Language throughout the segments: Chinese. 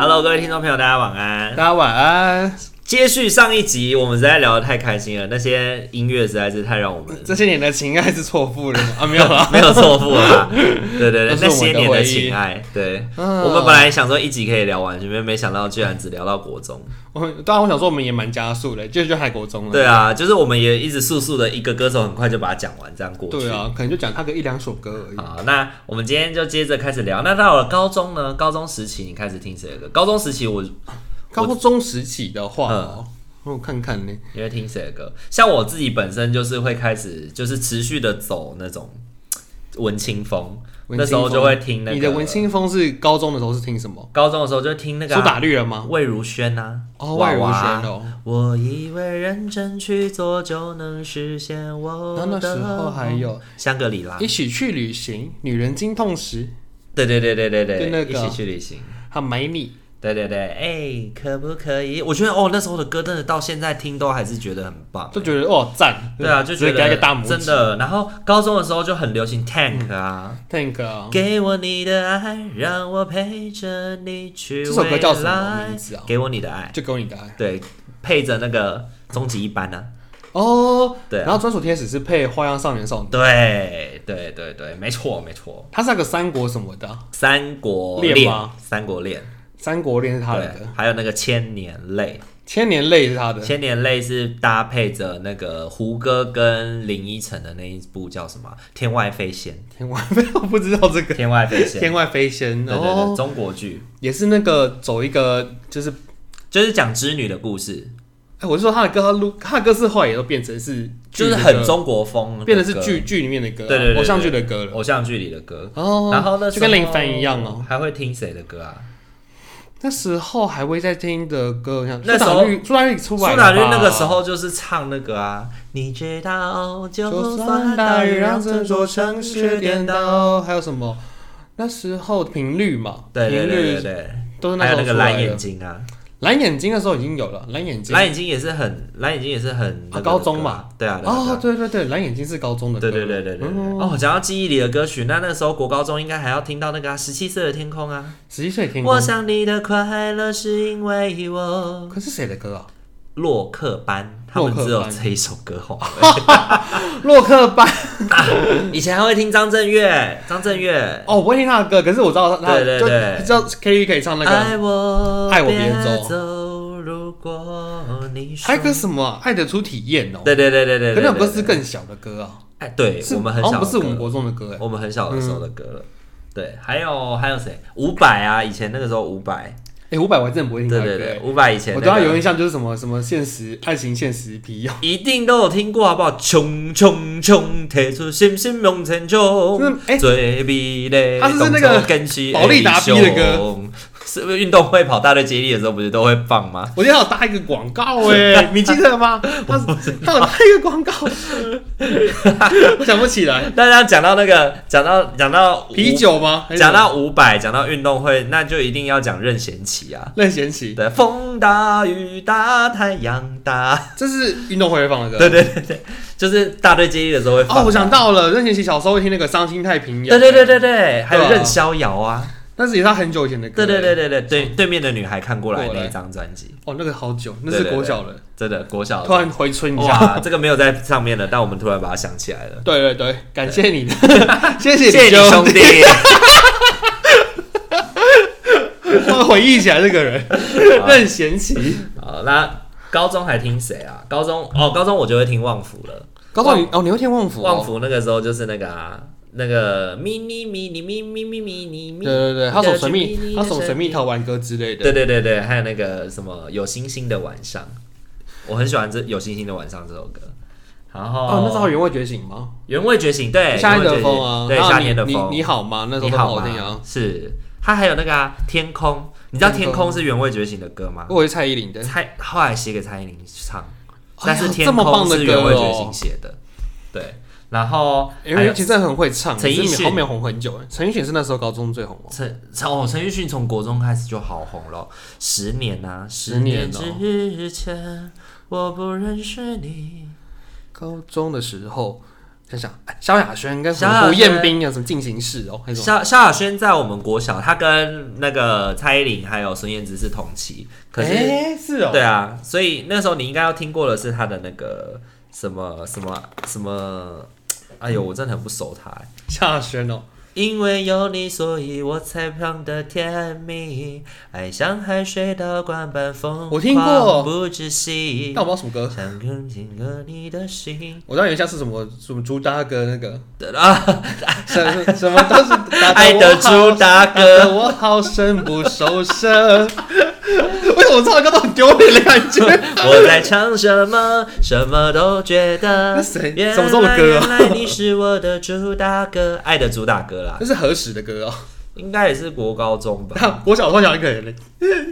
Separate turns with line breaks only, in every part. Hello，各位听众朋友，大家晚安。
大家晚安。
接续上一集，我们实在聊得太开心了，那些音乐实在是太让我们，
这 些年的情爱是错付的吗？啊，没有啦
没有错 付啦。对对对，
都是
那
我们
些
的
年
回
的
忆
情爱，对、
嗯
我们本来想说一集可以聊完，没没想到居然只聊到国中。
我当然我想说我们也蛮加速的，就就海国中了。
对啊，就是我们也一直速速的一个歌手，很快就把它讲完，这样过去。
对啊，可能就讲他个一两首歌而已。
好，那我们今天就接着开始聊。那到了高中呢？高中时期你开始听谁的歌？高中时期我嗯
高中时期的话哦，我看看呢，
你会听谁的歌？像我自己本身就是会开始，就是持续的走那种嘖文青风，
文青风
那时候就会听那个。
你的文青风是高中的时候是听什么？
高中的时候就会听那个、
苏打
啊、
绿了吗？
魏如萱呐、啊，
哦，
娃
外如
娃
旋。哦。
我以为认真去做就能实现我
然后
的
那时候还有
香格里拉，
一起去旅行，女人经痛时，
对对对对对对，
就那个
一起去旅行。
她买你。
对对对，哎、可不可以？我觉得哦，那时候的歌真的到现在听都还是觉得很棒。
就觉得哦赞，
对啊，就
直接
觉
给他
得
一个大拇指，
真的。然后高中的时候就很流行 Tank 啊，
Tank 啊，
给我你的爱，让我陪着你去
这首歌叫什么
未来
名字啊
给我你的爱，
就给我你啊的爱
对，配着那个终极一班啊。
哦。
对啊
然后专属天使是配《花样少年少女》，
对对对对，没错没错，
它是那个三国什么的啊，
三国
恋
恋
吗，
三国恋，
三国恋是他的
对
歌，，
还有那个千年泪，
千年泪是他的，
千年泪是搭配着那个胡歌跟林依晨的那一部叫什么啊？天外飞仙，
天外飞， 我不知道这个
天外飞仙，哦
天外飞仙，
对对
然
对，
后
中国剧。
也是那个走一个就是，
就是讲织女的故事，
哎，我是说他的歌，他录他的歌是后来也都变成是
就是
剧里
很
的
中国风的歌，
变成是剧剧里面的歌啊，
对，对对对，
偶像剧的歌了。
偶像剧里的歌。
哦，
然后呢，
就跟林凡一样哦。，
还会听谁的歌啊？
那时候还会在听的歌，像
那时候
苏打绿苏打绿出
苏
来了吧，
打绿那个时候就是唱那个啊，你知道，就
就
算
算
大
大
雨
雨
让
让
整
整
座
座
城
城
市
市
颠
颠
倒。
倒，还有什么？那时候频率嘛，
对对对对
频率
对，
都是那
还
时
有
候
那个
出来
蓝
的
眼睛啊，
蓝眼睛的时候已经有了，蓝眼睛
蓝眼睛也是很，蓝眼睛也是很那个的歌
啊高中嘛，
对啊，对啊对
哦
啊，
对对对，蓝眼睛是高中的歌，
对对对对对对。
嗯
哦，讲到记忆里的歌曲，那那时候国高中应该还要听到那个啊《十七岁的天空》啊。
十一岁听过
我。想你的快乐是因为我。
可是谁的歌啊？
洛克班，他们只
洛
有
克班
这一首歌红。
洛克班
以前还会听张震岳，张震岳。
哦，我不会听他的歌，可是我知道他，
对对对
就知道 K U 可以唱那个，
爱我，
爱我别走
走。如果你说
还有个什么啊爱得出体验哦，
对对对对对，
可
对
那首歌是
对
更小的歌啊，
哎，对
是
我们很
好像
小，
不是我们，国中的歌哎，
我们很小的时候的歌了。对，还有还有谁？伍佰啊，以前那个时候伍佰，
哎，伍佰我还真的不会听他
对
的歌
对
哎，
对，伍佰以前
我对
那
他
个
有印象就是什么什么现实爱情现实皮哦，
一定都有听过，好不好？冲冲冲，提出信心用成
嗯
就，
哎
最美丽。
他是不是那个
跟西
保利达 B 的歌，
是不是运动会跑大队接力的时候不是都会放吗？
我记得他有搭一个广告哎、 你记得吗？他他有搭一个广告， 我想不起来，
大家讲到那个，讲到讲到
啤，酒吗？还是
讲到五百，讲到运动会，那就一定要讲任贤齐啊。
任贤齐，
对，风大雨大太阳大，
这是运动会会放的歌。
对对对对，就是大队接力的时候会放。啊
哦，我想到了，任贤齐小时候会听那个《伤心太平洋》，
对对对，对对，还有
对啊
任逍遥啊，
那是也是他很久以前的歌。
对对对，对对对，对面的女孩看过来
过来
那一张专辑。
哦，那个好久，那是国小的，
真的国小的
突然回春一下。
哇，这个没有在上面了，但我们突然把它想起来了，
对对对，感谢 你的，谢谢
谢谢你兄
弟，
弟。
我回忆起来这个 人，任贤齐。
好，那高中还听谁啊？高中哦，高中我就会听旺福了。
高中你哦，你会听旺福哦？
旺福那个时候就是那个啊，那个咪咪咪你咪咪咪咪你咪，
对对对，他什么神秘，他什么神秘
头，
桃玩歌之类的。
对对对对，还有那个什么有星星的晚上，我很喜欢这有星星的晚上这首歌。然后
哦，那时候原味觉醒吗？
原味觉醒，对
夏天
原味
的
觉
风啊，
醒对
然后
夏
你
天的风，
你你好吗？那时候
你
很
好
好
吗？
听啊。
是，他还有那个、啊、天空，你知道天
天
空
空
是原味觉醒的歌吗？
我以为蔡依林的，
蔡后来写给蔡依林唱，
哎呀
但是天
这么
空
棒的
是原
歌
味觉醒
哦，哎
写的，对。然后还
因为
有
其实真的很会唱，
哎陈奕
只是
迅
后面红很久。陈奕迅是那时候高中最红哦，
陈陈哦，陈奕迅从国中开始就好红了，十年呐、十
十年哦
之前我不认识你，
高中的时候。想想，哎萧亚轩跟
萧亚轩
胡彦斌有什么进行式哦？还有什么
萧萧亚轩在我们国小，他跟那个蔡依林还有孙燕姿是同期，可是、
哎是哦，
对啊，所以那时候你应该要听过的是他的那个什么什么什么，哎
嗯
呦，我真的很不熟他、哎
萧亚轩哦，
因为有你，所以我才变得甜蜜，爱像海水倒灌般疯狂，
我听过
不窒息。
但我不知道什么歌，
想更紧握你 的心。
我知道原下是什么什么朱大哥那 个，
啊，
什什么都是打
爱的
我好
朱
打
大哥，
得我好生不受生。为什么唱的歌都很丢脸的感 觉？
我在唱什么，什么都觉得。
那谁
原来
什么时候的歌啊
原来你是我的朱大哥，爱的朱大哥啦，
这是何时的歌哦？
应该也是国高中吧。
那我小时候想一个人，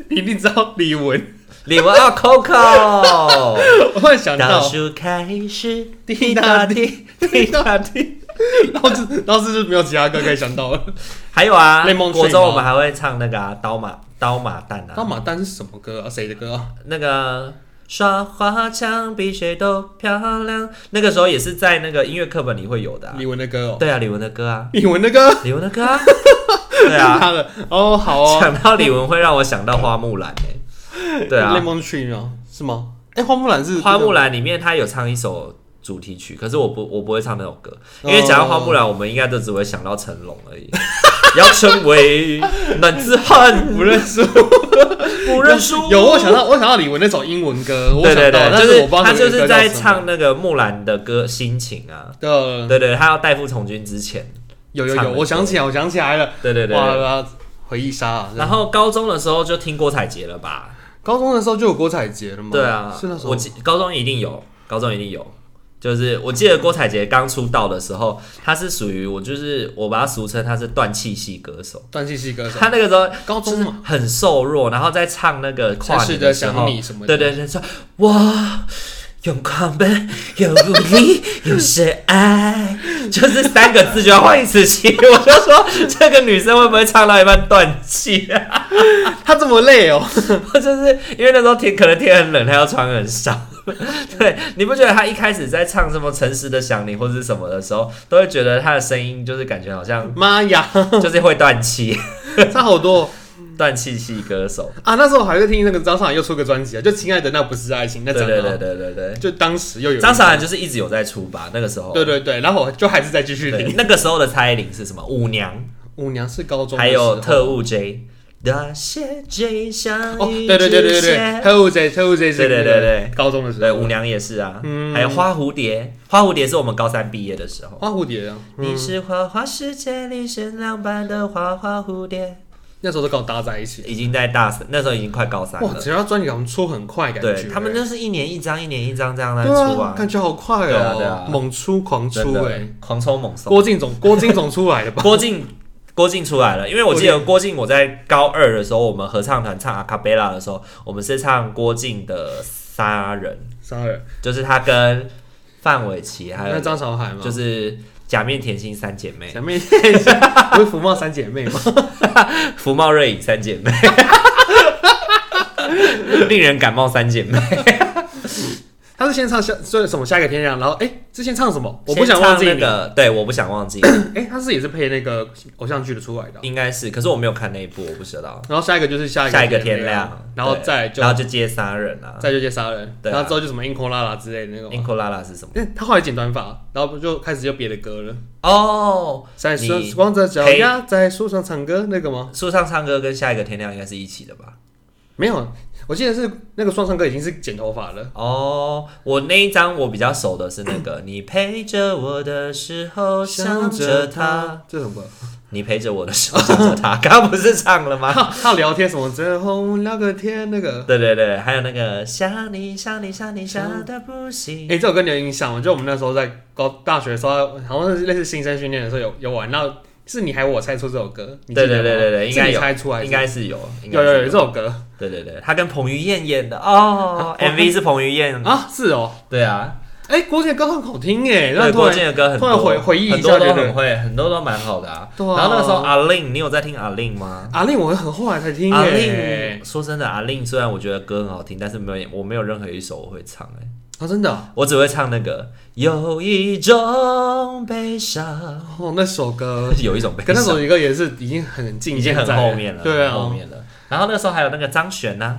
你一定知道李玟。
李玟啊，Coco，
我突然想
倒
到，
数开始，
滴
滴
答
答
滴
滴，
滴
滴
答
答滴。
然后就然后是不是没有其他歌可以想到了？
还有啊，
Lemon Tree
国中我
吗
们还会唱那个啊，刀马刀马旦
那
啊，
马丹是什么歌啊？谁的歌啊？
那个。耍花枪比谁都漂亮，那个时候也是在那个音乐课本里会有的啊、
李玟的歌哦，
对啊，李玟的歌啊，
李玟的歌。
李玟的 歌啊，对啊。
他的哦，好哦。
想到李玟会让我想到花木兰诶、对啊，
，Lemon Tree 哦，是吗？哎，花木兰是
花木
兰，
兰里面她有唱一首主题曲，可是我不我不会唱那首歌，
哦
因为讲到花木兰，我们应该都只会想到成龙而已。 要成为男子汉，
不认识。
不认输。
有，我想到，我想到李玟那首英文歌，我
对
想
对
到，
对，
但
就
我不知道
他
那
就
个
是
歌叫
在
什么
唱那个木兰的歌《心情》啊。
的，
对对，他要代父从军之前，
有有
唱
有，
的
我想起来，我想起来了，
对对对。
哇
对
啦，回忆杀啊！
然后高中的时候就听郭采洁了吧？
高中的时候就有郭采洁了嘛？
对啊，
是那时候
我记高中一定有，高中一定有。就是我记得郭采洁刚出道的时候，她是属于我，就是我把她俗称她是断气系歌手。
断气系歌手，
她那个时候
高中
就是
嘛，
很瘦弱，然后在唱那个跨
真是
年
的
时候
想你什么，的
对对对，说我有狂奔，有努力，有深爱， 就是三个字就要换一次气。我就说这个女生会不会唱到一半断气啊？
他这么累 哦，
就是因为那时候天可能天很冷，他要穿很少。 对，你不觉得他一开始在唱什么《诚实的想你》或者是什么的时候，都会觉得他的声音就是感觉好 像
妈呀，
就是会断气，
差好多哦
断气系 歌手。
啊！那时候我还在听那个张韶涵又出个专辑啊，就《亲爱的那不是爱情》那
对
张
对对
啊，
对对对，
就当时又有
张韶涵就是一直有在出吧，那个时候。
对对对，然后我就还是再继续
对
听。
那个时候的蔡依林是什么？舞娘，
舞娘是高中的
还有
时候
特务 J。那些 J 相
哦，
遇
对对对对对
之
对，
前
特务 J 特务 J 是
对对
那个
对对
高中的时
对，
候，
舞娘也是啊，
嗯
还有花蝴蝶，花蝴蝶是我们高三毕业的时候。
花蝴蝶啊，
你是花花世界里限量版的花花蝴蝶，
那时候都跟我搭在一起。
已经在大三，那时候已经快高三
哇，
了。
只要专辑好像出很快，感
对
觉
他们就是一年一张，一年一张这样在
对
出
啊，
啊，
感觉好快
对啊对啊
哦，猛出狂
真
出
的
哎，
狂抽猛送。
郭靖总郭靖总出来了吧？
郭靖，郭靖出来了，因为我记得郭靖，我在高二的时候，我们合唱团唱阿卡贝拉的时候，我们是唱郭靖的《杀人
三二，》，
就是他跟范玮琪还
那
有
张韶涵嘛，
就是假面甜心三姐 妹，
前面 不是福茂三姐 妹吗？
福茂瑞影三 姐妹，令人感冒三姐妹。
她是先唱下说什么下一个天亮，然后哎、之前唱什么？我不
先
想忘记
唱那
你。
个，对，我不想忘 记，
哎、她是也是配那个偶像剧的出来的啊、
应该是，可是我没有看那一部，我不知道。
然后下一个就是下一
下一个
个
天
亮
亮，，
然后
对
再就
然后就接杀人啊。
再就接杀人，
对啊
然后之后就什么硬空拉拉之类的那种。
i n c o l a l a 是什么？
嗯，她后来剪短发，然后就开始就别的歌了，
哦，
在树
你
光着脚
陪
丫在树上唱歌那个吗？
树上唱歌跟下一个天亮应该是一起的吧？
没有，我记得是那个说唱歌已经是剪头发了。
哦，我那一张我比较熟的是那 个，你陪着我的时候想着他，，
这首 歌，
你陪着我的时候想 着他，刚刚不是唱了吗？
他啊他聊天什么，最后我们聊个天那个，
对对对，还有那个想你想你想你想的不行
哎、，这首歌你有印象吗？就我们那时候在高大学的时候，好像是类似新生训练的时候有有玩，那是你还我猜出这首歌，你记
对
得
对对
吗
对对，应
是
该
你
有
猜出来的，
应该是有，应该
有有有
是
这首歌
对对对，他跟彭于晏演的哦
啊
，MV 是彭于晏，
啊，是哦，
对啊，
哎，郭靖的歌很好听哎，让
对
你突
郭
然
靖的歌很
突
多，
然回回忆
很
一
多
下，
都
觉
很
得
会，很多都蛮好的啊。
对啊
然后那个时候阿令，你有在听阿令吗？
阿令，我很后来才听
阿
哎
令，，说真的，阿令虽然我觉得歌很好听，但是没有我没有任何一首我会唱哎、
啊，真的哦
我只会唱那个有一种悲伤，
哦，那首歌
有一种悲
跟那首
伤，
一个也是已经很近，
已经很
在
后面了，
对啊，
很后面了。然后那个时候还有那个张悬呐、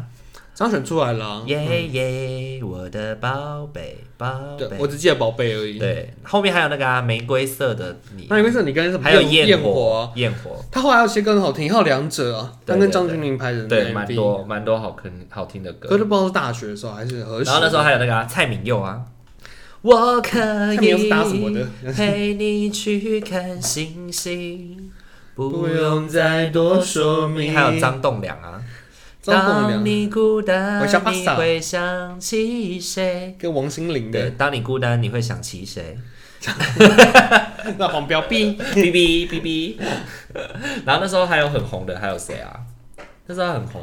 张悬出来了啊，
耶耶，我的宝贝宝
对
贝，
我只记得宝贝而已。
对，后面还有那个啊，玫瑰色的你，
那因为是你跟什么
还有
焰
焰
火啊，
焰火，
他后来还有些歌很好听，还有两者啊，
对
他跟张钧甯拍的
对，
那
蛮
MV，
多蛮多好听好听的歌
可。是不知道是大学的时候还是何时。
然后那时候还有那个啊、蔡明佑啊，我可
蔡明佑
以
是打什么的
陪你去看星星，不
不
用
用
再
再
多
多
说
说
明。
明
还有张栋梁啊，
张啊栋
当
梁
你孤单
我，想巴
你
萨
会想起谁？
跟王心凌
对
的，
当你孤单，你会想起谁？
那黄标 B，
哔哔哔哔。然后那时候还有很红的，还有谁啊？那时候很红。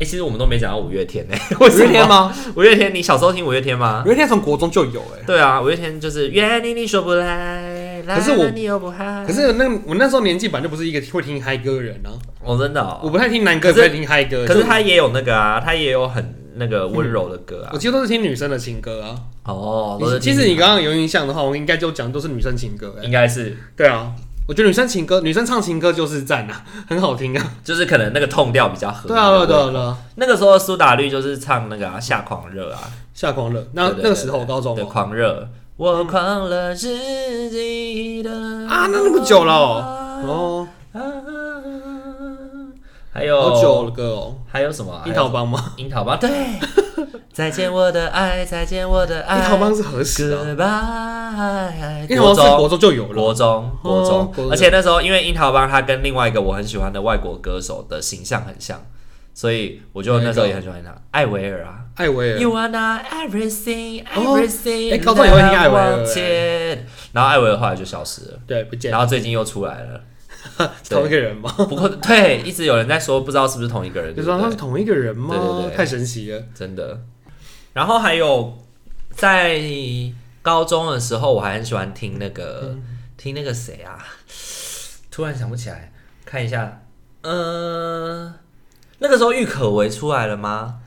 哎、其实我们都没讲到五月天呢、为什
五
么
月天？吗？
五月天，你小时候听五月天吗
五？月天从国中就有哎，
对啊，五月天就是愿你你说不来，来
可是我
了你又不嗨。
可是那我那时候年纪本来就不是一个会听嗨歌的人啊，
我、真的、哦，
我不太听男歌，也
可
不
是
太听嗨歌，
可是
就
他也有那个啊，他也有很那个温柔的歌啊
我。几乎都是听女生的情歌啊。
哦，
你
都是
嗯其
听
实你刚刚有印象的话，我应该就讲都是女生情歌哎。
应该是
对啊，我觉得女生情歌，女生唱情歌就是赞啊， 很好听啊。
就是可能那个痛调比较合。
对啊，对啊对啊对啊。
那个时候苏打绿就是唱那个啊《夏狂热》啊。
下狂热，那
对对
那个时候高中
的
哦
狂热，我狂了自己的
啊，那那么久了
哦，
哦，
还
哦，
有
好久了歌哦，
还有什么啊？
樱桃帮吗？
还有樱桃帮对， 再见我的爱，再见我的爱，
樱桃帮是何时啊？
Goodbye，
樱桃帮是国
国中。
中就有了
哎国中，国中，
国中
而且那时候因为樱桃帮他跟另外一个我很喜欢的外国歌手的形象很像，所以我就那时候也很喜欢他，艾维尔啊，
艾薇儿，
You are not everything,
哦
everything.
哎高中也会听艾薇儿
that I wanted 哎然后艾薇儿后来就消失了，
对，不见
然后最近又出来了。
是 同一个人吗？
不过对， 一直有人在说，不知道是不是同一个人，
就
对
说他
不
是
对？
同一个人吗？
对对对
太神奇了。
真的。然后还有在高中的时候，我还很喜欢听那个、
嗯
听那个谁啊，突然想不起来，看一下，嗯、那个时候郁可唯出来了吗？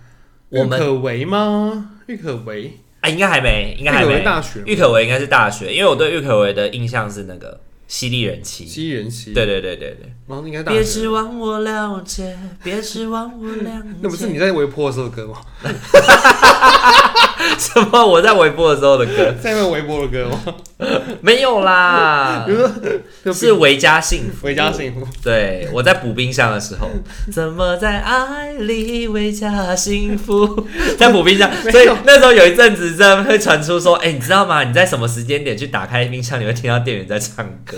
我
郁
们
可唯吗？郁可唯，
啊，应该还没，应该还
郁可
没。
唯大学吗
郁可唯应该是大学，因为我对郁可唯的印象是那个犀利人妻。
西人妻，
对对对对对。
然后应该大
别
学。
指望我了解，别指望我了解。
那不 是你在微博的时候的 歌吗？
什么？我在微博的时候 的歌
在微博的歌吗？
没有啦
比，如说， 就是
是 维家幸福。
回家幸福。
对，我在补冰箱 的时候，怎么在爱里为家 幸福？在补冰箱，
没有
所以那时候有一阵子，真的会传出说，哎、你知道吗？你在什么时间点去打开冰箱，你会听到店员在唱歌。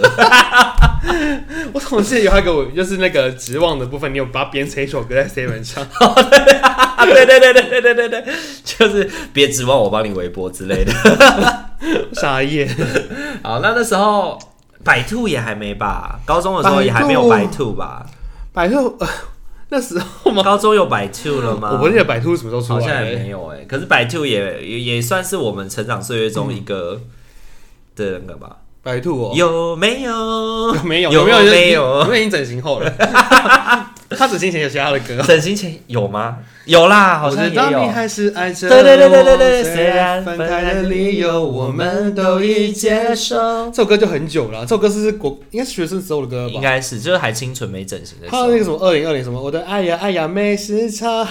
我总记得有一个我，就是那个指望的部分，你有把它编成一首歌在 seven 上，
啊，对对对对对对对对，就是别指望我帮你微波之类的。
傻眼。
好，那那时候百兔也还没吧，高中的时候也还没有百
百
兔吧？
百度，呃， 那时候吗？
高中有百兔了吗？
我不记得百度什么时候
好
出
像
来
也
的、
没有哎、可是百兔也也也算是我们成长岁月中一个的那个吧？
百度哦，
有没有？
有没有？
有
没有？
没
有
有？
没有已经整形后 了？他整形前有其他的歌。
整形前有吗？有啦，好
我
像
知
也
道你
有。
还是爱着我，
对对对对对对，虽
虽
然
然
分
分
开
开
的
的
理
理
由
由
我
我
们
们
都
都
已
已
接
接
受
这，首歌就很久了，这首歌是国应该是学生时候的歌
应
吧？
该是就是还清纯没整形的时
还有
候
那。个什么二零二零什么，我的爱呀爱呀没时差，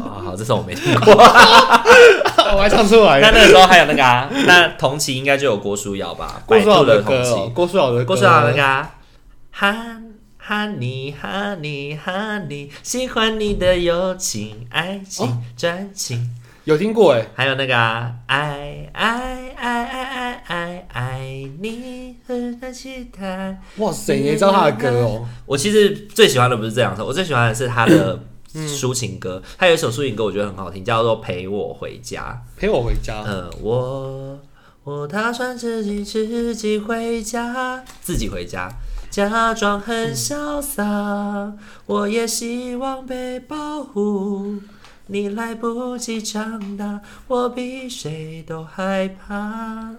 哦
啊，好，这首我没听过。
我还唱出来
那
了。
那个时候还有那个啊，那同期应该就有郭书瑶吧？
郭书
百
瑶
度的
的
同
歌
期，
哦，郭书瑶的歌，
郭书瑶那个啊，喊喊你喊你喊你，喜欢你的友情、爱情、专情，
有听过哎，
还有那个啊，爱爱爱爱爱爱爱你和他期待。
哇塞，你也知道他的歌哦？
我其实最喜欢的不是这两首，我最喜欢的是他 的抒情歌，他有一首抒情歌我觉得很好听，叫做《陪我回家》。
陪我回家，
呃，我我打算自己自己回家，自己回家。假装很潇洒，我也希望被保护。你来不及长大，我比谁都害怕。
哦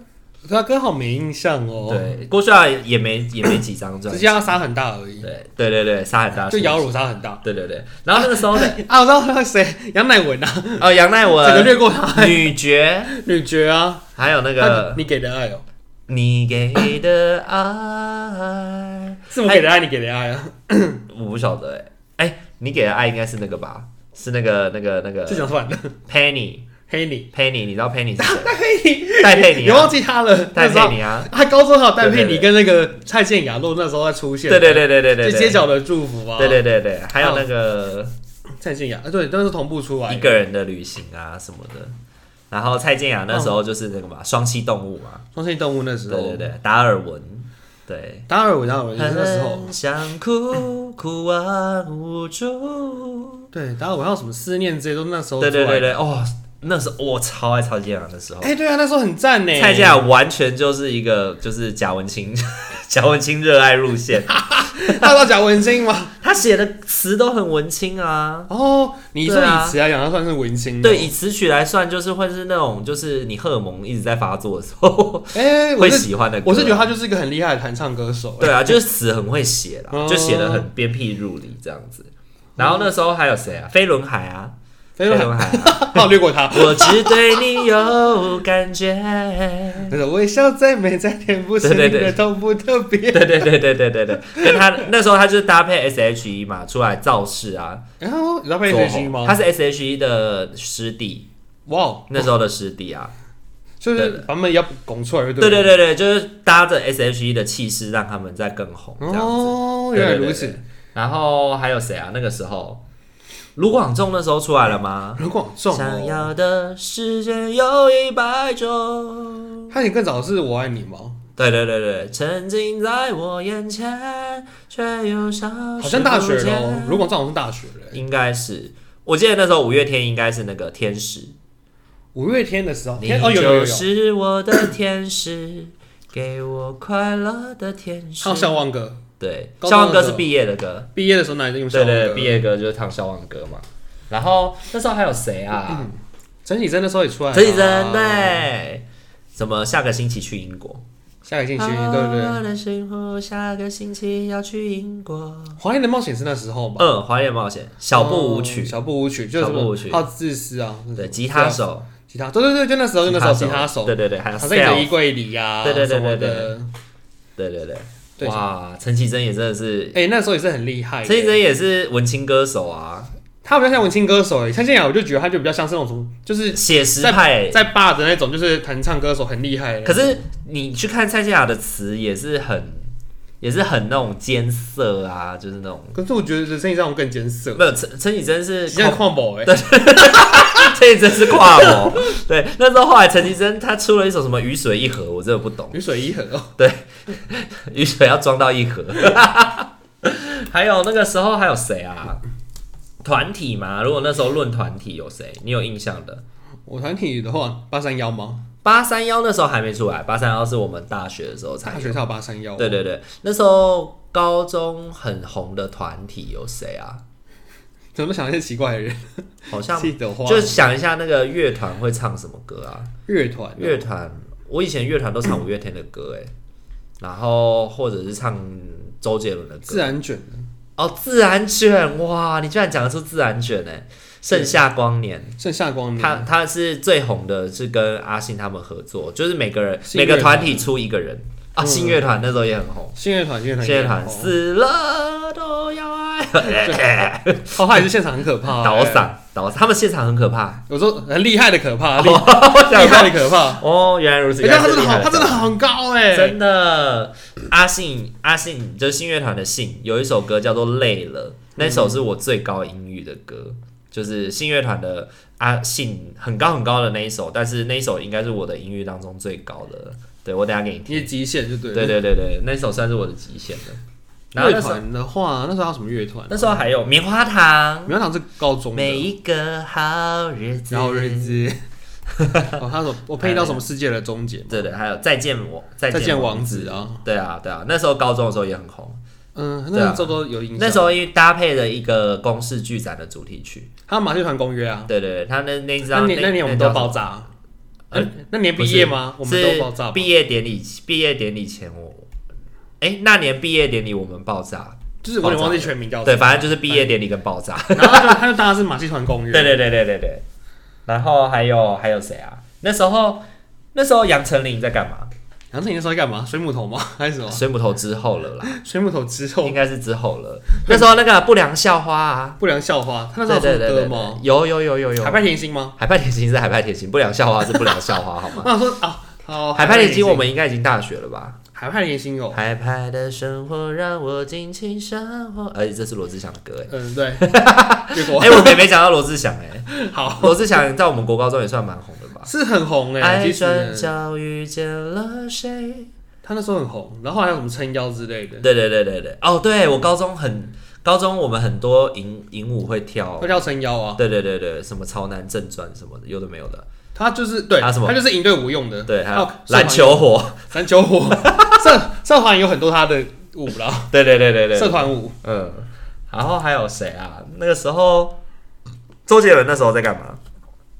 他歌好没印象哦，，
对，郭秀雅也没也没几张专
只
辑
是，要杀很大而已，
对对对对，沙很大，
就摇，乳杀很大。
对对对。然后那个时候呢，
啊，我知道那个谁，杨乃文啊，
呃，杨乃
整个
文、
略过他，
女爵，
女爵啊，
还有那
那
个
你给的爱哦，
你给的爱，
是我给的爱，你给的爱啊，
我不晓得哎、哎、你给的爱应该是那个吧？是那个那个那个
哎就想算了，
Penny
黑你，
Penny，你知道 Penny 是谁？
黑你，
戴佩妮
你忘
啊，
记他了，
戴
那时候
佩妮啊，
他高中还有戴佩
对对
妮
对
跟那个蔡健雅露那时候在出现，
对对对对对对
就街
对，
角的祝福啊，
对对对对，还有那个
蔡健雅，啊对，那是同步出来
一
的，
个人的旅行啊什么的。然后蔡健雅那时候就是那个嘛，双栖动物嘛，
双性动物那时
对
候，
对对，达尔文，对，
达尔文，达尔文就是那时候，
很想哭，哭完无助。
对，达尔文还有什么思念这些都是那时候，
对对对，对，哦，那时候我超爱蔡健雅的时候，
哎，对啊，那时候很赞呢，
蔡健 雅完全就是一个就是贾文清， 贾文清热爱路 线，
他到贾文清吗？
他写的词都很文青啊。
哦，你说
对啊
以词来讲，他算是文青，
对，，以词曲来算，就是会是那种，就是你荷尔蒙一直在发作的时候
哎，我
会
是
喜欢的歌。啊
我是觉得他就是一个很厉害的弹唱歌手，
对啊，就是词很会写啦，
嗯
就写的很鞭辟入里这样子。然后那时候还有谁啊？飞轮海啊，
哎非
飞
常
轮海啊，
好，略过 他。
我只对你有感觉。
那种微笑再美再甜，不是
对对
你
对
的痛不特别。
对对对对对对对，跟他那时候他就是搭配 S H E 嘛，出来造势啊。
然后你知道佩佩星吗？
他是 S H E 的师弟，
哇哦，
那时候的师弟啊。
就是版本要拱出来，对对
对对对对，就是搭着 S H E 的气势，让他们再更红这样子。
哦，
对
原来
对对
如
对
此。
然后还有谁啊？那个时候卢广仲那时候出来了吗？
卢广仲
想
哦，
要的世界有一百种。
他你更早是我爱你吗？
对对对对，沉浸在我眼前，却又消
好
失
像大学
不见
喽，卢广仲好像是大学嘞。
应该是，我记得那时候五月天应该是那个天使，
五月天的时候，
你
天哦有有有
就
有，
是我的天使，给我快乐的天使
唱。《笑忘歌
对，
高中的
消亡歌是
时候
毕业的歌，》，
毕业的时候哪里用
对
笑忘
对，
歌？
毕业歌就是唱消亡歌嘛。然后那时候还有谁啊？
陈绮贞那时候也出来了啊，
陈绮贞对，什么下个星期去英国？
下个星期对不对？
我的幸福下个星期要去英国。
华联的冒险是那时候吧？
嗯，华语冒险小步舞曲
嗯，小步舞曲就是
小步舞曲
好自私啊，那
对，
种
吉他，手，
吉他，对对对，就那时候哦就那时候吉他手，
对对对，还有
藏在你的
Self
衣柜里呀，
对对对
什么
对对
的。
对对对，
对
哇，陈绮贞也真的是，
哎，那时候也是很厉害的，
陈绮贞也是文青歌手啊，
他比较像文青歌手哎，像现在我就觉得他就比较像是那种什么就是
写实派。欸
在霸的那种，就是弹唱歌手很厉害的那
可
种。
是你去看蔡健雅的词，也是很，也是很那种艰涩啊，就是那种
可是我觉得人生这种更艰涩，
没有陈陈绮 贞是
像矿宝哎，
陈绮贞是跨模，对，那时候后来陈绮贞她出了一首什么雨水一盒，我真的不懂，
雨水一河哦，
雨水要装到一盒。 还有那个时候还有谁啊？团体嘛，如果那时候论团体有谁，你有印象的？
我团体的话八三幺吗？
八三幺那时候还没出来，八三幺是我们大学的时候才
大
有。
学才有八三幺，
对对对，那时候高中很红的团体有谁啊？
怎么想一些奇怪的人？
好像
记得话
就想一下那个乐团会唱什么歌啊？
乐团
乐团，我以前乐团都唱五月天的歌哎、然后或者是唱周杰伦的
自
歌
然卷
哦，自然卷哇，你居然讲得出自然卷哎、盛夏光年。
盛夏光
他
年，
他是最红的，是跟阿信他们合作，就是每个人
信
每
乐团
个团体出一个人啊，
嗯
信乐团那时候也很红，
信乐团，信乐团，
信乐团
哦
死了都 要爱，
哦，他也是现场很可怕，
倒
哎，
嗓倒嗓，他们现场很可 怕，
有时候很厉害的可怕，厉
我
厉害
想说
的可怕。
哦，原来如此，
你哎看他
原
真
来
的
是
好，他真的
厉害
很高
的
哎，
真的，阿信阿信就是信乐团的信，有一首歌叫做《累了》，那首是我最高音域的歌。就是信乐团的阿信很高很高的那一首，但是那一首应该是我的音域当中最高的。对我等一下给你听。
你的极限就对了。
对对对对，那首算是我的极限了。然后
乐
那时候
团的话，那时候还有什么乐团？啊
那时候还有棉花糖，
棉花糖是高中
每
的，
一个好日子，
然后日子， 哦，他说我配到什么世界的终结嘛？
对对，还有再见我再
再见
王哦
王子啊，
对啊对啊，那时候高中的时候也很红。
嗯，
对
那
啊
时候有影响。
那时候因为搭配了一个公式剧展的主题曲，
还有马戏团公约啊，
对对对，他那那一
那
张
年那年我们
叫
都
什么
爆炸啊，
呃
哎那年毕业吗？我
不
们
是
都爆炸吧
是。毕业典礼，毕业典礼前我，哎、那年毕业典礼我们爆炸，
就是我有点忘记全名叫什
对，
么，
反正就是毕业典礼跟爆炸。
然后就他就搭的是马戏团公
对
约，
对对对对对。然后还有还有谁啊？那时候那时候杨丞琳在干嘛？
然后那时候在干嘛？水母头吗？ 还是什么？
水母头之后了啦，
水母头之后
应该是之后了。那时候那个不良校花啊，
不良校花，他那时
对
候
对
有出
对对
歌
对
吗？，
有有有有有
海。派甜心吗？
海派甜心是海派甜心，不良校花是不良校花，好吗？
我想说啊，好，
海派甜心我们应该已经大学了吧？
海派甜心有，
海派的生活让我尽情生活，而且这是罗志祥的歌哎。
嗯，对，结果
哎、我们也没讲到罗志祥 哎、
好
罗志祥在我们国高中也算蛮红的吧？
是很红哎，
爱
其实
转角遇见了谁？
他那时候很红，然后还有什么撑腰之类的，
对对对对对，哦，对我高中很，高中我们很多营营舞会跳
他，叫撑腰啊，
对对对对，什么潮男正传什么的，有的没有的，
他就是对，
还有什么
他就是营队舞用的，
对，还
还
有
有
篮球火，
三九 火，社社团有很多他的舞啦，
对对对对对，
社团舞，
嗯，然后还有谁啊？那个时候，周杰伦那时候在干嘛？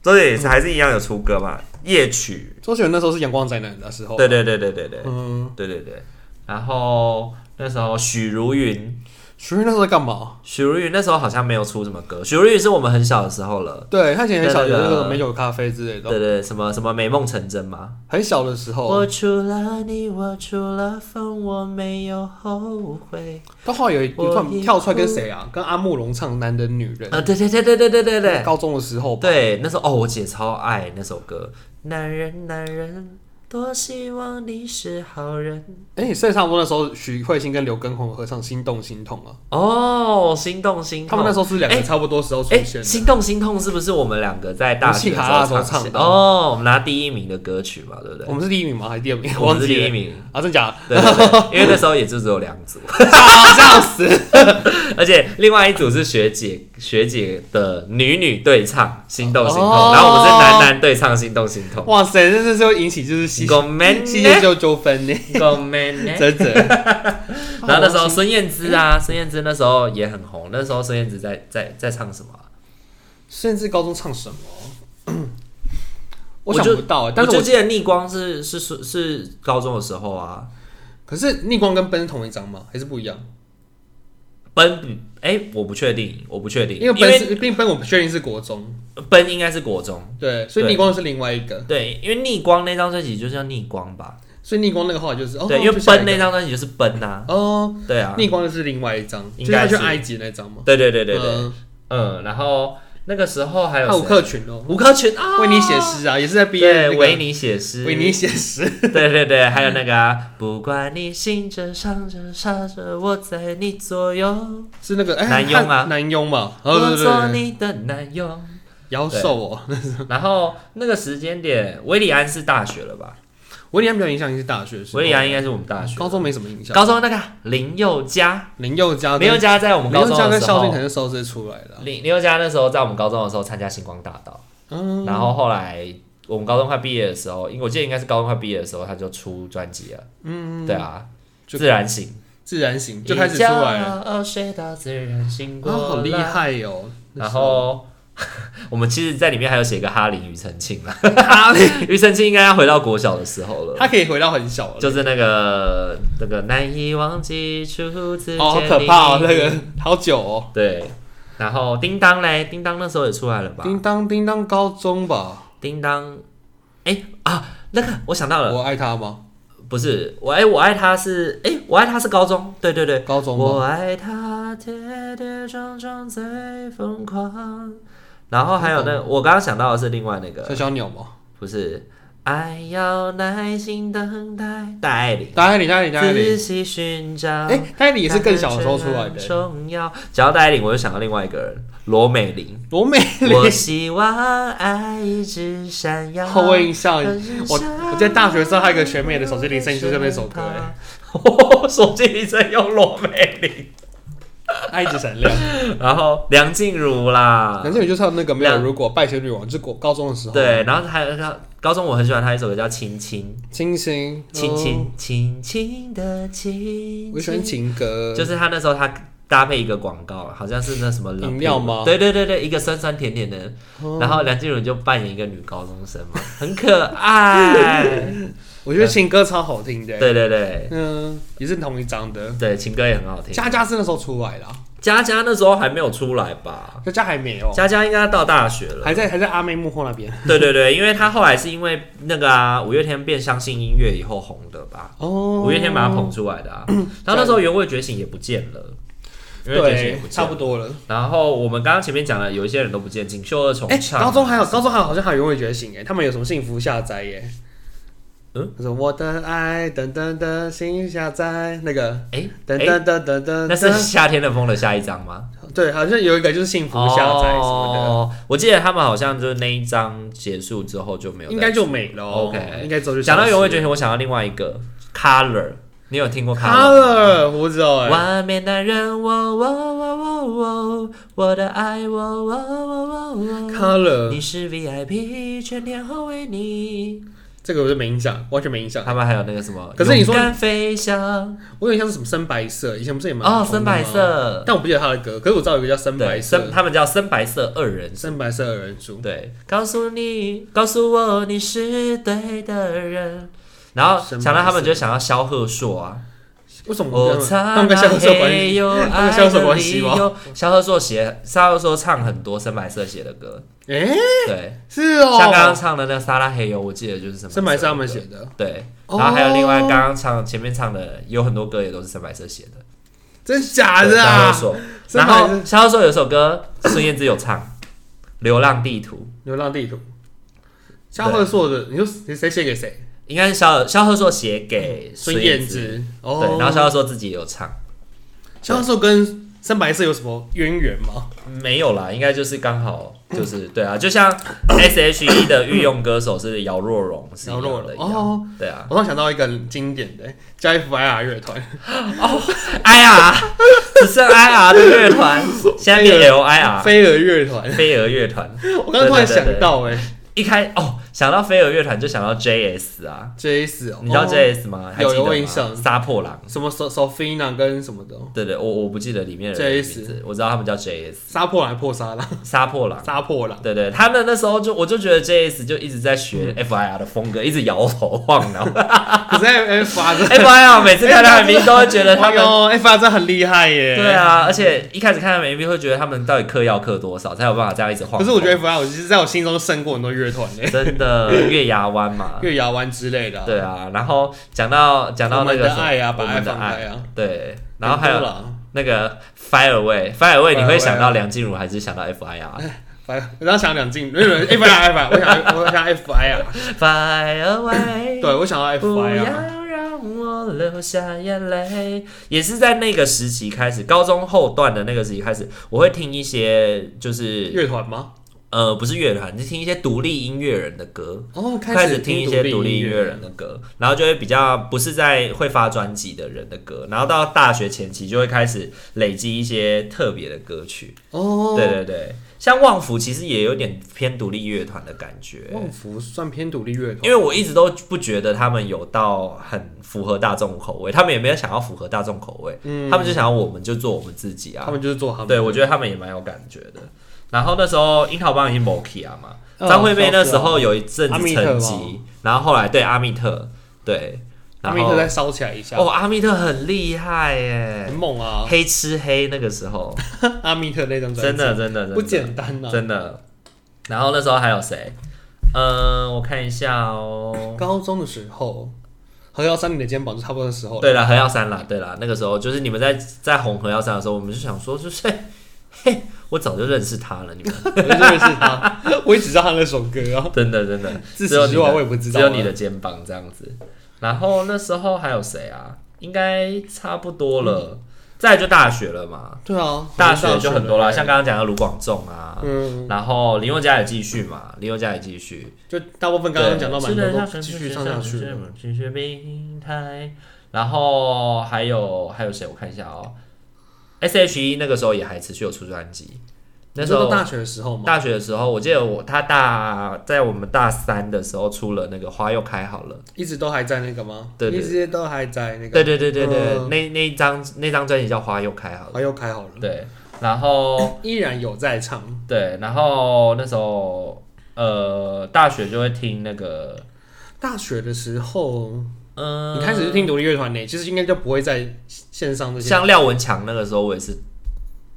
周杰伦也是还是一样有出歌嘛，夜曲。
周杰伦那时候是阳光宅男的时候，
对对对对对对
嗯，
对对对。然后那时候许茹芸，
徐瑞那时候在干嘛？
许茹芸那时候好像没有出什么歌。许茹芸是我们很小的时候了。
对他以前很小，
对
有
那个
那个美酒咖啡之类
对
的，
对对，什么什么美梦成真吗？
很小的时候，
我除了你，我除了风，我没有后悔。
他后来有一
我
段
一
跳出来跟谁啊？跟阿慕容唱《男人女人
啊、》，对对对对对对对对。
高中的时候吧。
对，那时候哦，我姐超爱那首歌。男人，男人，多希望你是好人。
哎、欸，甚至差不多那时候，许慧欣跟刘畊宏合唱《心动心痛》啊，
哦，心动心痛。
他们那时候是两
哎
个差不多时候出
哎，
现的。
心动心痛是不是我们两个在大学的
我们
时
戏卡
候
拉
唱
的时候唱
起
的
哦，我们拿第一名的歌曲嘛，对不对
我？们是第一名吗？还是第二名？
我
忘
们
记
是
了
第一名，
啊，真假？啊
对对对，因为那时候也就只有两组，
笑死！
而且另外一组是学姐学姐的女女对唱《心动心痛》，
哦
然后我们是男男对唱《心动心痛》。
哇塞，这这就引起就是戏
ごめん
戏剧
ね，
就纠纷呢，
ごめんね。
真的。
然后那时候孙燕姿啊，孙燕姿那时候也很红。那时候孙燕姿在在在唱什么啊、
甚至高中唱什么，我
我
想
就
不到、欸。但是
就
我
记得逆光是是是是高中的时候啊，
可是逆光跟奔是同一张吗？还是不一样？
奔哎、我不确定，我不确定，
因为奔是，因为奔我不确定是国中，
奔应该是国中。
对，所以
对
逆光是另外一个，
对，因为逆光那张专辑就叫逆光吧，
所以逆光那个后来就是哦，
对，因为
就下一
奔
个
那张专辑就是奔呐、
哦，
对啊，
逆光就是另外一张，
应该是
就是他去埃及那张吗？
对对对对对，嗯
嗯
然后那个时候还有
还有
谁啊
吴克群哦，
吴克群啊，
为你写诗啊，也是在毕业
对，
那个
为你写诗，
为你写诗，
对对对，还有那个
嗯
啊、不管你醒着、伤着、傻着，我在你左右，
是那个哎
男佣啊
他男佣嘛，哦
我
对对
做
对对，
你的 男友。
妖兽哦，
然后那个时间点，维里安是大学了吧？
维里安比较影响应该是大学的时候，
维里安应该是我们大学，
高中没什么影响，
高中那个啊林宥嘉，
林宥嘉跟
林宥嘉在我们
啊林
高
宥嘉
中的
跟
时
萧敬
候
腾，的时候是出来的啊，
林林宥嘉那时候在我们高中的时候参加星光大道，
嗯，
然后后来我们高中快毕业的时候，因为我记得应该是高中快毕业的时候他就出专辑了，嗯，对啊，
就
自然醒
自然醒就开始出来了，
了，一觉睡到自然醒
啊，
过来，
好厉害哦，那
然
时候
后 我们其实，在里面还有写一个哈林庾澄庆啦， 哈林庾澄庆应该要回到国小的时候了，
他可以回到很小了，
就是那个那个难以忘记初次
哦，好
见
可怕哦，
你
那个好久哦，
对，然后叮当嘞，叮当那时候也出来了吧？
叮当叮当高中 吧，
叮当，哎、啊，那个我想到了，
我爱他吗？
不是我哎、我爱他是哎、我爱他是高中，对对对，
高中吗
我爱他跌跌撞撞最疯狂，然后还有那我刚刚想到的是另外那个
小小鸟吗？
不是，爱要耐心等待，戴爱玲，
戴爱玲，戴爱玲，戴爱
仔
玲。
细寻找。
哎、戴爱玲也是更小的时候出来
感觉很
的。
重要。讲到戴爱玲，我就想到另外一个人，罗 美玲。
罗美
我
玲，
希望爱一直闪耀。
后问一下，我
我
我在大学的时候还有一个学妹的手机铃声就是那首歌哎
哎。我手机铃声用罗美玲。
爱之闪 亮。
然后梁静茹啦
男，生也就唱那个没有
两
如果拜仙女王，就是我高中的时候。
对，，然后还有他高中我很喜欢他一首歌叫《亲亲
清新，
轻
哦
轻轻轻的轻
我喜欢呃
轻
情歌，
就是他那时候他搭配一个广告，好像是那什么冷
饮料吗哦
对对对对，一个酸酸甜甜的，然后梁静茹就扮演一个女高中生 嘛，很可爱。
我觉得情歌超好听的。，
对对对
嗯，也是同一张的。
对，情歌也很好听。
佳佳是那时候出来的啊，
佳佳那时候还没有出来吧？
佳佳还没有，
佳佳应该到大学了。
还在还在阿妹幕后那边。
对对对，因为她后来是因为那个啊，五月天变相信音乐以后红的吧？
哦，
五月天把她捧出 来的啊。然后那时候原味觉醒也不见了，原味觉醒也
对
不，见
差
了
不。多了。
然后我们刚刚前面讲了，有一些人都不见，锦绣二重
哎，
唱啊、
高中还有高中还有好像还有永远觉醒哎，他们有什么幸福下载耶？
嗯，
他说我的爱等等等心下载那个
哎
等
哎，
等等等等，
那是夏天的风的下一张吗？
对，好像有一个就是幸福下载什么
哦，我记得他们好像就是那一张结束之后就没
的，应
有再出，
该就没了。哦
OK
应该之后就
讲到
消失
原味觉醒，我想到另外一个 Color，你有听过 Color？
Color 我不知道哎，
外面的人，我我我我我，我的爱，我我我我我，你
Color
是 VIP，全天候为你。
这个我就没印象，完全没印象。
他们还有那个什么，
可是你说
勇敢飞翔
我有印象是什么深白色，以前不是也蛮
哦，
红的
深白
吗，
色，
但我不记得他的歌，可是我知道有一个叫深白
对，深
色，
他们叫深白色二人组。
深白色二人组。
对，告诉你，告诉我你是对的人。然后
深白
想到他们就想要萧贺硕啊，
为什么
我
嗯他
擦，
们跟销售关
嘿
系？
有
他
爱
们销售
的
关系
理
吗
由。萧贺硕写，萧贺硕唱很多深白色写的歌，
哎，
对，
是哦，
像刚刚唱的那个《撒拉嘿呦》，我记得就是深
深白色他
的
们
歌
写的，
对，
哦
然后还有另外刚刚唱前面唱的有很多歌也都是深白色写的，
真假
对
的
萧贺
啊？
硕。
深
然
白
后
色
萧贺硕有首歌孙燕姿有唱《流浪地图》。
流浪地图，肖鹤硕的，你说谁谁写给谁？
应该是萧萧贺硕写给
嗯孙
燕
燕，姿哦，
对，然后萧贺硕自己也有唱，
肖鹤硕跟深白色有什么渊源吗？
没有啦，应该就是刚好
嗯
就是对啊，就像 S.H.E 的御用歌手是姚若龙是一样的一
姚若
样
龙，哦
对啊，
我突然想到一个很经典的加 F I R 乐团，
哎呀，只剩 I R 的乐 团，现在变 L I R
飞蛾乐团。
飞蛾乐团，
我刚刚突然想到哎
一开哦想到飞蛾乐团就想到 J S 啊，
，J S 哦，
你知道 J S 吗？还记得
有有
吗
印象
杀破狼，
什么 So Sophina 跟什么的哦，
对对，我我不记得里面的人的
JS
名字，我知道他们叫 J S
杀破狼破杀狼，
杀破狼。
杀破狼。
对对，他们那时候就我就觉得 JS 就一直在学
嗯
FIR 的风格，一直摇头 晃脑。
可是 F R 这
FIR 每次看他们 MV 都会觉得他
哎
们。
呦，F R 这很厉害耶。
对。啊，而且一开始看他们 MV 会觉得他们到底嗑药嗑多少，才有办法这样一直晃。
可是我觉得 F R 其实在我心中胜过很多乐团嘞，
真的月牙湾嘛，
月牙湾之类的啊。
对啊。然后讲到讲到
我
那
们
个
的
什么
爱啊，
我
把爱
们的
放开
爱，
啊。
对。然后还有
了，
那个 Fire Away，Fire Away 你
Fire
会
Away
想到梁静茹还是想到 FIR？Fire
反正我刚想两进，没有 F I F I，我想我想 F I 啊，
Away，
对我想要 F
不
I 啊，
要让我流下眼泪，也是在那个时期开始，高中后段的那个时期开始，我会听一些就是
乐团吗？
呃，不是乐团，就听一些独立音乐人的歌，
哦，
开
始
听一
一
些独
独
立音
音
乐人，的歌，然后就会比较不是在会发专辑的人的歌，然后到大学前期就会开始累积一些特别的歌曲，
哦，
对，对对，像旺福其实也有点偏独立乐团的感觉，
旺福算偏独立乐团，
因为我一直都不觉得他们有到很符合大众口味，他们也没有想要符合大众口味，
嗯
他们就想要我们就做我们自己啊
他。们就是做他们，
对，我觉得他们也蛮有感觉的。然后那时候樱桃帮已经 m o k i 啊嘛，
嗯
张惠妹那时候有一阵子
阿
沉
密特哦吗
寂，然后后来对阿密特，对，
他
然
们一直
后
在烧起来一下，
哦阿密特很厉害耶
很，猛啊，
黑吃黑那个时候，
阿密特那张专
真
辑
的真的真的
不简单啊呐，
真的。然后那时候还有谁？嗯，我看一下哦。
高中的时候，和幺三零的肩膀就差不多的时候了，
对了，何耀珊啦，对啦，那个时候就是你们在在红何耀珊的时候，我们就想说，就是 嘿嘿，我早就认识他了，你们
我就认识他，我也只知道他那首歌啊，
真的真 的，
自
只
此
有你
之外
的
我也不知道
只有
啊
你的肩膀这样子。然后那时候还有谁啊？应该差不多了，再来就大学了嘛，
对啊，
嗯大学就很多啦，
了
像刚刚讲的卢广仲啊，
嗯，
然后林宥嘉也继续嘛，林宥嘉也继续，
就大部分刚刚讲到蛮多都继续唱下去的。
继续病态。然后还有还有谁？我看一下哦， S.H.E 那个时候也还持续有出专辑，那时
你
候
说到大学的时候嘛，
大学的时候，我记得我他大在我们大三的时候出了那个花又开好了，
一直都还在那个吗？
对对
一直都还在那个。
对对对对对，
嗯
那那一张那张专辑叫花又开好
啊，
了，
又开好了，
对，然后
依然有在唱。
对，然后那时候呃大学就会听那个
大学的时候，
嗯，
你开始是听独立乐团呢，其实应该就不会在线上这些。
像廖文强那个时候我也是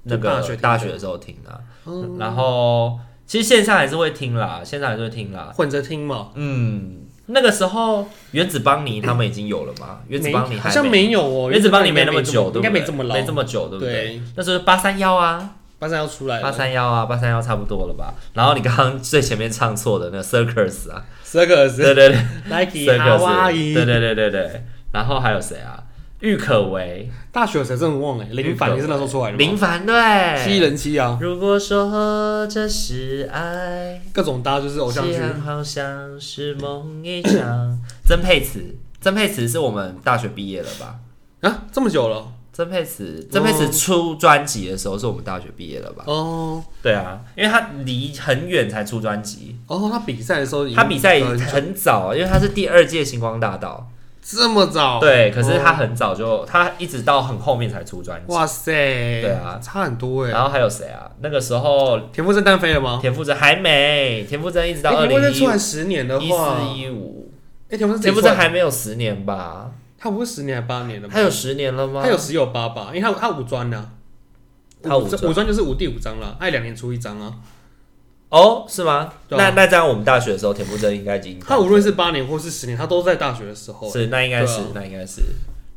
那
就
个
大学听的
大学的时候听啊，
嗯，
然后其实线上还是会听啦，线上还是会听啦，
混着听嘛，
嗯，那个时候原子邦尼他们已经有了吗？原子邦尼
没好
还
像
没，
没有哦，
原子邦尼没那
么
么久，对不对
应该没这么老
没。这么久，对不对？
对，
那时候八三幺啊，
八三要出来
八
了，
三幺啊，八三幺差不多了吧？然后你刚刚最前面唱错的那个 Circus 啊，
这个
对
是
对对
Nike 哈哇
，Circus，
伊
对对对对对。然后还有谁啊？郁可唯，
大学谁真的忘了，欸林凡
郁可唯
也是那时候出来的吗，
林凡嗯对，
七人七啊，
如果说这是爱，
各种搭就是偶像剧
既，然好像是梦一场。曾沛慈，曾沛慈是我们大学毕业了吧？
啊，这么久了
曾沛慈，曾沛慈出专辑的时候是我们大学毕业了吧？
哦
对啊，因为他离很远才出专辑，
哦，他比赛的时候已经
他比赛
呃
很早，啊因为他是第二届星光大道，
这么早，，哦
对，可是他很早就，他一直到很后面才出专辑。
哇塞，对
哦啊
差很多哎。
然后还有谁啊？那个时候
田馥甄单飞了吗？
田馥甄还没，田馥甄一直到
哎
二
田馥
零
甄
一
出来十年的
一四
话，
一五，
哎，田馥甄自己
田馥
出来
甄还没有十年吧？
他不是十年还八年了吗
他？有十年了吗？
他有十有八吧，因为他他五专呢，
他五专
专五专就是五第五章了，爱两年出一张啊。
哦，是吗？
对啊
那那这样我们大学的时候，田馥甄应该已经
他无论是八年或是十年，他都在大学的时候。
是，那应该是
对啊，
那应该是，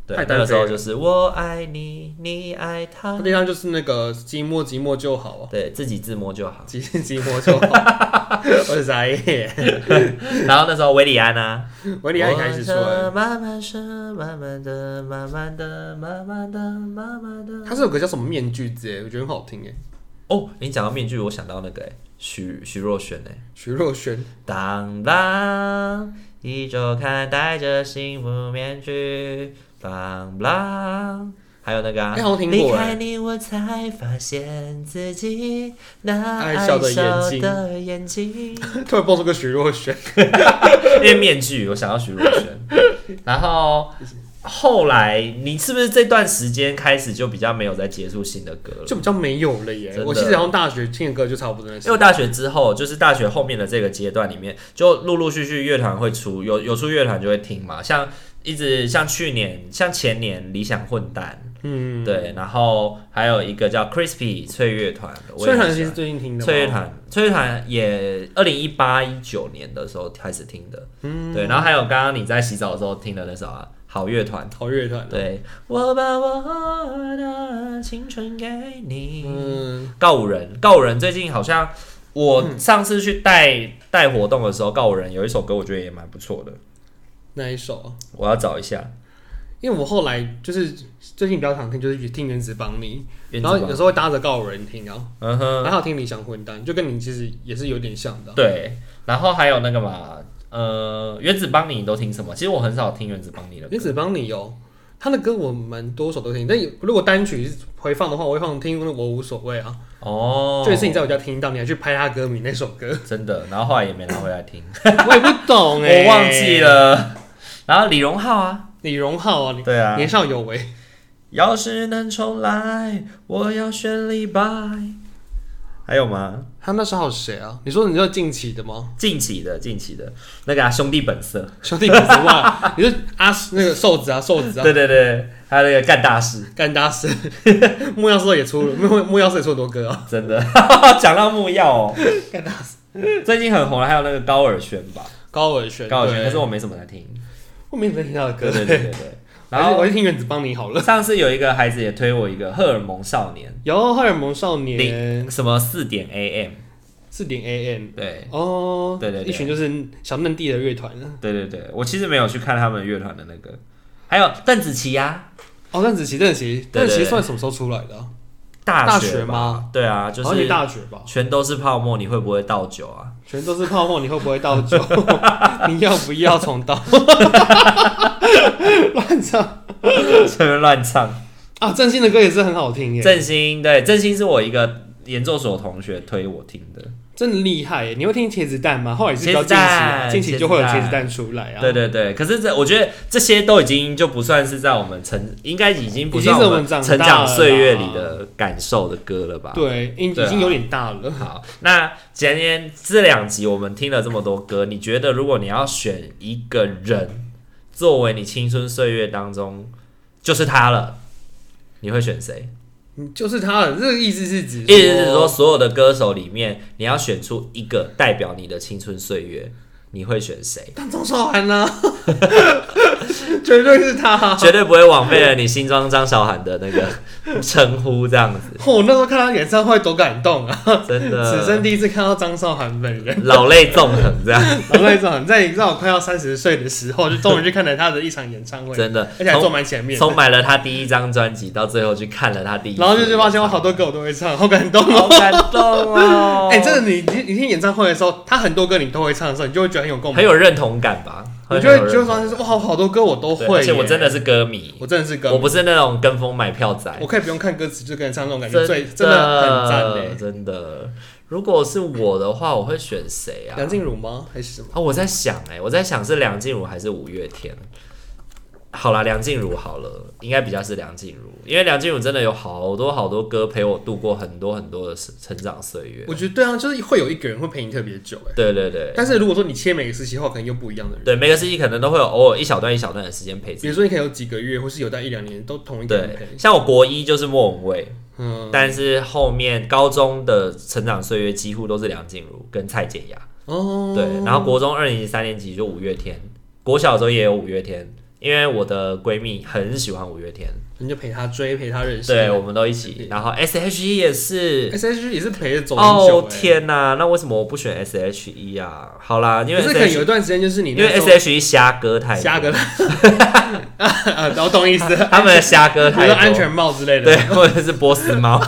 对
太，
那
单
个时候
飞了哦
就是我爱你，你爱
他
他，
那张就是那个寂寞寂寞就好啊，。
对自己自摸就好
寂寂寞就好。 我是啥耶？
然后那时候维里安啊，
维里安也开始出来，
我的慢慢是慢慢的，慢慢的，慢慢的，慢慢的。
他这首歌叫什么面具之类，我觉得很好听哎。
哦，你讲到面具，我想到那个哎，徐徐若瑄哎，
徐若瑄，
当当，一周刊戴着幸福面具，当当。还有那个啊，
哎好像听过
离
哎
开你我才发现自己那
爱
爱
哎笑的眼
笑
睛
的眼睛。
突然蹦出个徐若瑄，
因为面具，我想到 徐若瑄。然后后来，你是不是这段时间开始就比较没有再接触新的歌了？
就比较没有了
真
耶。
的
我记得好像大学听的歌就差不多那
因为
些
我。大学之后，就是大学后面的这个阶段里面，就陆陆续续乐团会出，有有出乐团就会听嘛，像一直像去年、像前年理想混蛋，
嗯，
对，然后还有一个叫 Crispy 翠乐团，我也
虽
很
然
喜
其
欢
实最近听的嘛，
翠乐团，翠乐团也二零一八一九年的时候开始听的，
嗯
对，然后还有刚刚你在洗澡的时候听的那首啊，好乐团，
好乐团，啊
对，我把我的青春给你，
嗯，
告五人，告五人最近好像我上次去带带活动的时候，告五人有一首歌我觉得也蛮不错的，
那一首啊。
我要找一下，
因为我后来就是最近比较常听，就是听原子邦尼，
原
然后
子
有
吧，
时候会搭着告五人听啊，
嗯哼，
然后还有听理想混蛋，就跟你其实也是有点像的啊。
对，然后还有那个嘛，呃，原子邦尼你都听什么？其实我很少听原子邦尼的歌
原，子邦尼哦，他的歌我蛮多首都听，但有如果单曲是回放的话，我会放听，我无所谓啊。
哦，
就也是你在我家听到，你还去拍他歌名那首 歌，
真的，然后后来也没拿回来 听，
我也不懂哎、
我忘记。了。然后李荣浩啊，
李荣浩啊，你
对啊，
年少有为，
要是能重来，我要选李白。还有吗？
他那时候还有谁啊？你说你说近期的吗？
近期的，近期的那个、啊、兄弟本色，
兄弟，什么 啊？你说阿那个瘦子啊，瘦子啊，
对对对，还有那个干大事，
干大师， 木曜社也出了，木木曜社也出很多歌啊。
真的 讲到木曜哦，
干大师，
最近很红的还有那个高尔宣吧，
高尔宣，
高尔宣，
对
可是我没什么在听。
我没怎么听他的歌
对，对对 对对。然
然后
后
我去听原子邦尼好了。
上次有一个孩子也推我一个《荷尔蒙少年
有荷尔蒙少》年
零什么四点 AM，
四点 AM
对
哦，
对对对
一群就是小嫩弟的乐团啊
对对对，我其实没有去看他们乐团的那个，还有邓紫棋啊呀、
哦，邓紫棋，邓紫棋，
对
邓
对对
紫棋算什么时候出来的啊？
大
大
学
学
吧
吗？
对啊，就
好像
是
是大学吧，
全都是泡沫，你会不会倒酒啊？
全都是泡沫，你会不会倒酒？你要不要 重倒？乱唱
随便乱唱。
啊！啊，郑兴的歌也是很好听耶，
振兴对振兴是我一个研究所同学推我听的，
真厉害耶！你会听茄子蛋吗？后来也是比较
茄
近
子
期啊，
蛋
近期就会有
茄子
茄子
蛋
蛋出来啊。
对对对。可是这我觉得这些都已经就不算是在我们成，应该已经不
已经
算
是我们
们
长
成
大
长
了
岁月
啦
里的感受的歌了吧？
对，已
对啊
已经有点大了。
好，那今天这两集我们听了这么多歌，你觉得如果你要选一个人作为你青春岁月当中，就是他了，你会选谁？
嗯就是他了，这个意思是指哦
意思是说，所有的歌手里面，你要选出一个代表你的青春岁月，你会选谁？
但张韶涵呢， 绝对是他。
绝对不会枉费了你心中张韶涵的 那个称呼，这样子，
哦我那时候看他演唱会多感动啊！
真
此生
的
第一次看到张韶涵本人，
老泪纵横，这 样
然后那种在你让我快要三十岁的时候，就终于去看了他的一场演唱会，
真的
而且还坐蛮前面的。
从买了他第一张专辑到最后去看了他第一次演唱
然
会，
后就是发现我好多歌我都会唱，好感动
好
哦！
感动哦！
哎、真的，你你你听演唱会的时候，他很多歌你都会唱的时候，你就会觉得很有共
很
鸣，
有认同感吧？
你就
很
会
有认
就会
同
发现说哇，好多歌我都
对
会耶。
而且我真的是歌迷，
我真的是歌
我
迷，
不是那种跟风买票仔，
我可以不用看歌词就跟着唱那种感觉，
真
最真的很赞欸嘞。
真的。如果是我的话，我会选谁啊？
梁静茹吗？还是什么？
啊，我在想哎、我在想是梁静茹还是五月天？好啦，梁静茹好了，应该比较是梁静茹，因为梁静茹真的有好多好多歌陪我度过很多很多的成长岁月
我。觉得对啊，就是会有一个人会陪你特别久哎。
对对对
但是如果说你切每个时期的话，可能又不一样的人。
对，每个时期可能都会有偶尔一小段一小段的时间陪自
比
己
如说你可能有几个月，或是有待一两年都同一个人陪
对。，像我国一就是莫文蔚，
嗯，
但是后面高中的成长岁月几乎都是梁静茹跟蔡健雅。
哦，
对，然后国中二年级、三年级就五月天，国小的时候也有五月天，因为我的闺蜜很喜欢五月天，
你就陪他追，陪他认识。
对，我们都一起。然后 S.H.E 也是。
S H 也是陪着走很久
哦
哎。
天呐，那为什么我不选 S.H.E 啊？好啦，因为
可是可能
S.H.
有一段时间就是你
因
那
为
时候
S.H.E 瞎歌太多，
瞎 个，啊，我懂意思，比
他们的瞎
如
歌太
说
多，
安全帽之类
对
的，，
或者是波斯 猫，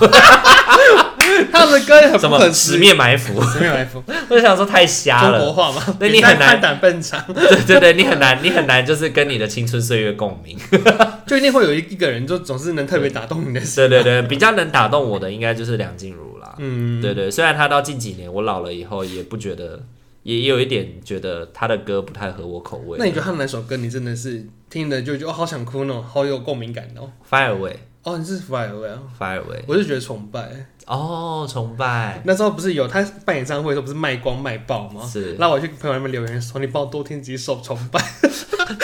他们的歌很
什
不
么
可
十
思议，
面埋伏，
十面埋伏，
我就想说太瞎
中
了
国。话嘛，
那你
比赛
很难
看胆笨长，
对对对，你很难，你很难，就是跟你的青春岁月共鸣。
就一定会有一一个人，就总是能特别打动你的心。
对对对，比较能打动我的应该就是梁静茹啦。
嗯，
对对，虽然她到近几年我老了以后也不觉得，也也有一点觉得她的歌不太合我口味。啊
那你觉得他们哪首歌你真的是听了就觉得哦好想哭呢，好有共鸣感哦？
Fire Away
哦，你是 Fire Away 啊？
Fire Away
我就觉得崇拜。
哦，崇拜
那时候不是有他办演唱会的时候不是卖光卖爆吗？
是
然后我去朋友那边留言说，你帮我多听几首崇 拜。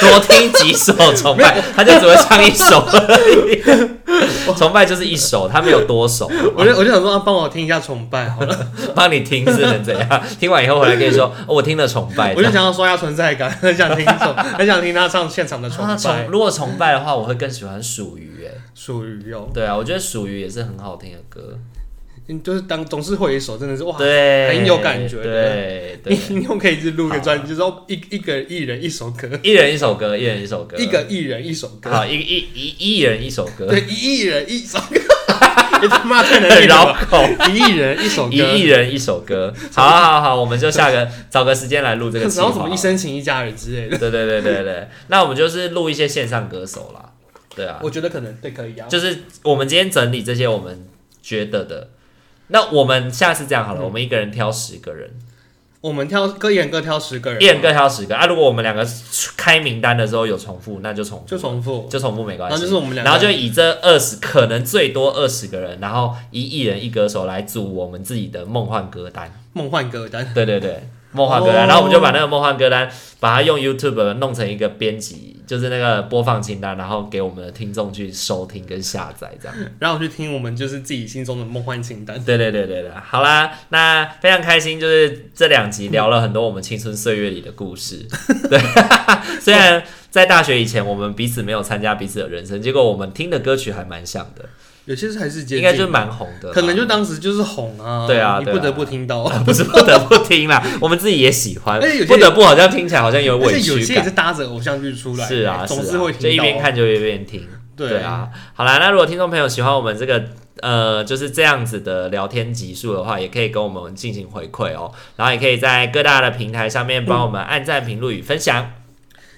多听几首崇拜，他就只会唱一首而已。崇拜就是一首，他没有多首，
我就我就想说，啊帮我听一下崇拜好 了。
帮你听是能怎样？听完以后回来跟你说，哦、我听了崇拜。
我就想要刷一下存在感， 很想听一 首，很想听他唱现场的崇
啊
拜。
如果崇拜的话，我会更喜欢属于哎。
属于哦有，
对啊，我觉得属于也是很好听的歌，
嗯，就是当总是会有一首真的是哇，
对，
很有感觉
对
你
对。啊
你又可以是录一个专辑，就是说一一个艺人一首歌，
一人一首歌，一人一首歌，
一个艺人一首歌，
好，一一一一人一首歌，
对，一亿人一首 歌，你他妈太难
很
听
绕
了
口，
吧，一亿人一首歌，
一亿人一首 歌。好，好，好，好，我们就下个找个时间来录这个计
然
划
后什。么一生情一家人之类的，
对对对对对，那我们就是录一些线上歌手啦。对啊，
我觉得可能对可以啊。
就是我们今天整理这些我们觉得的。那我们下次这样好
嗯
了，我们一个人挑十个人，
我们挑各一人各挑十个人，
一人各挑十个。啊，如果我们两个开名单的时候有重复，那就重复，
就重复，
就重复没
然
关
后
系。
就是我们两个，
然后就以这二十，可能最多二十个人，然后一亿人一歌手来组我们自己的梦幻歌单。
梦幻歌单，
对对对，梦幻歌单。
哦
然后我们就把那个梦幻歌单，把它用 YouTube 弄成一个编辑，就是那个播放清单，然后给我们的听众去收听跟下载这样。
然后去听我们就是自己心中的梦幻清单。
对对对对对，好啦，那非常开心，就是这两集聊了很多我们青春岁月里的故事。对， 虽然在大学以前我们彼此没有参加彼此的人生，结果我们听的歌曲还蛮像的。
有些是还是接
应该就是
近，
蛮红的啦，
可能就当时就是红啊，
对啊
你
对啊
不得不听 到。
不是不得不听啦，我们自己也喜欢
而且哎有，些
不得不好像听起来好像有
而且
委
有
屈
些也
感
是。搭着偶像剧出来的，
是啊，
总
是
是会
啊就一
听到。
边看就一边听。
对
啊，好啦，那如果听众朋友喜欢我们这个呃就是这样子的聊天集数的话，也可以跟我们 进行回馈哦，然后也可以在各大的平台上面帮我们按赞、评论与分享。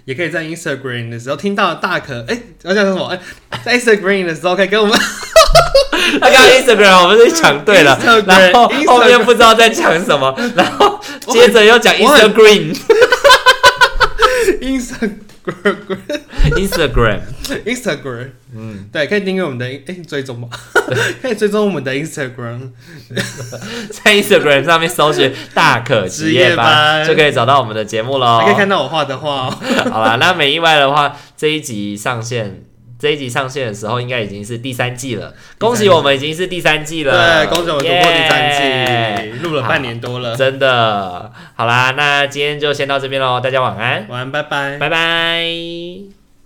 也可以在 Instagram 的时候听到大可，哎、要讲什么？哎、在 Instagram 的时候可以跟我们
他刚刚 Instagram 我们是抢对了
Instagram，
然后
Instagram
后面不知道在讲什 么，然后接着又讲
我很
Instagram
Instagram
Instagram，
Instagram，嗯，对，可以订阅我们的哎、追踪 吗？可以追踪我们的 Instagram，
在 Instagram 上面搜寻“大可职业
职业
班”
班
就可以找到我们的节目喽
还。可以看到我画的画、哦。
好啦，那没意外的话，这一集上线。这一集上线的时候，应该已经是第三季了。恭喜我们已经是第三季了，
对，恭喜我们突破第三
Yeah
季，录了半年多了。
真的。好啦，那今天就先到这边喽，大家晚安，
晚安，拜拜。
拜拜。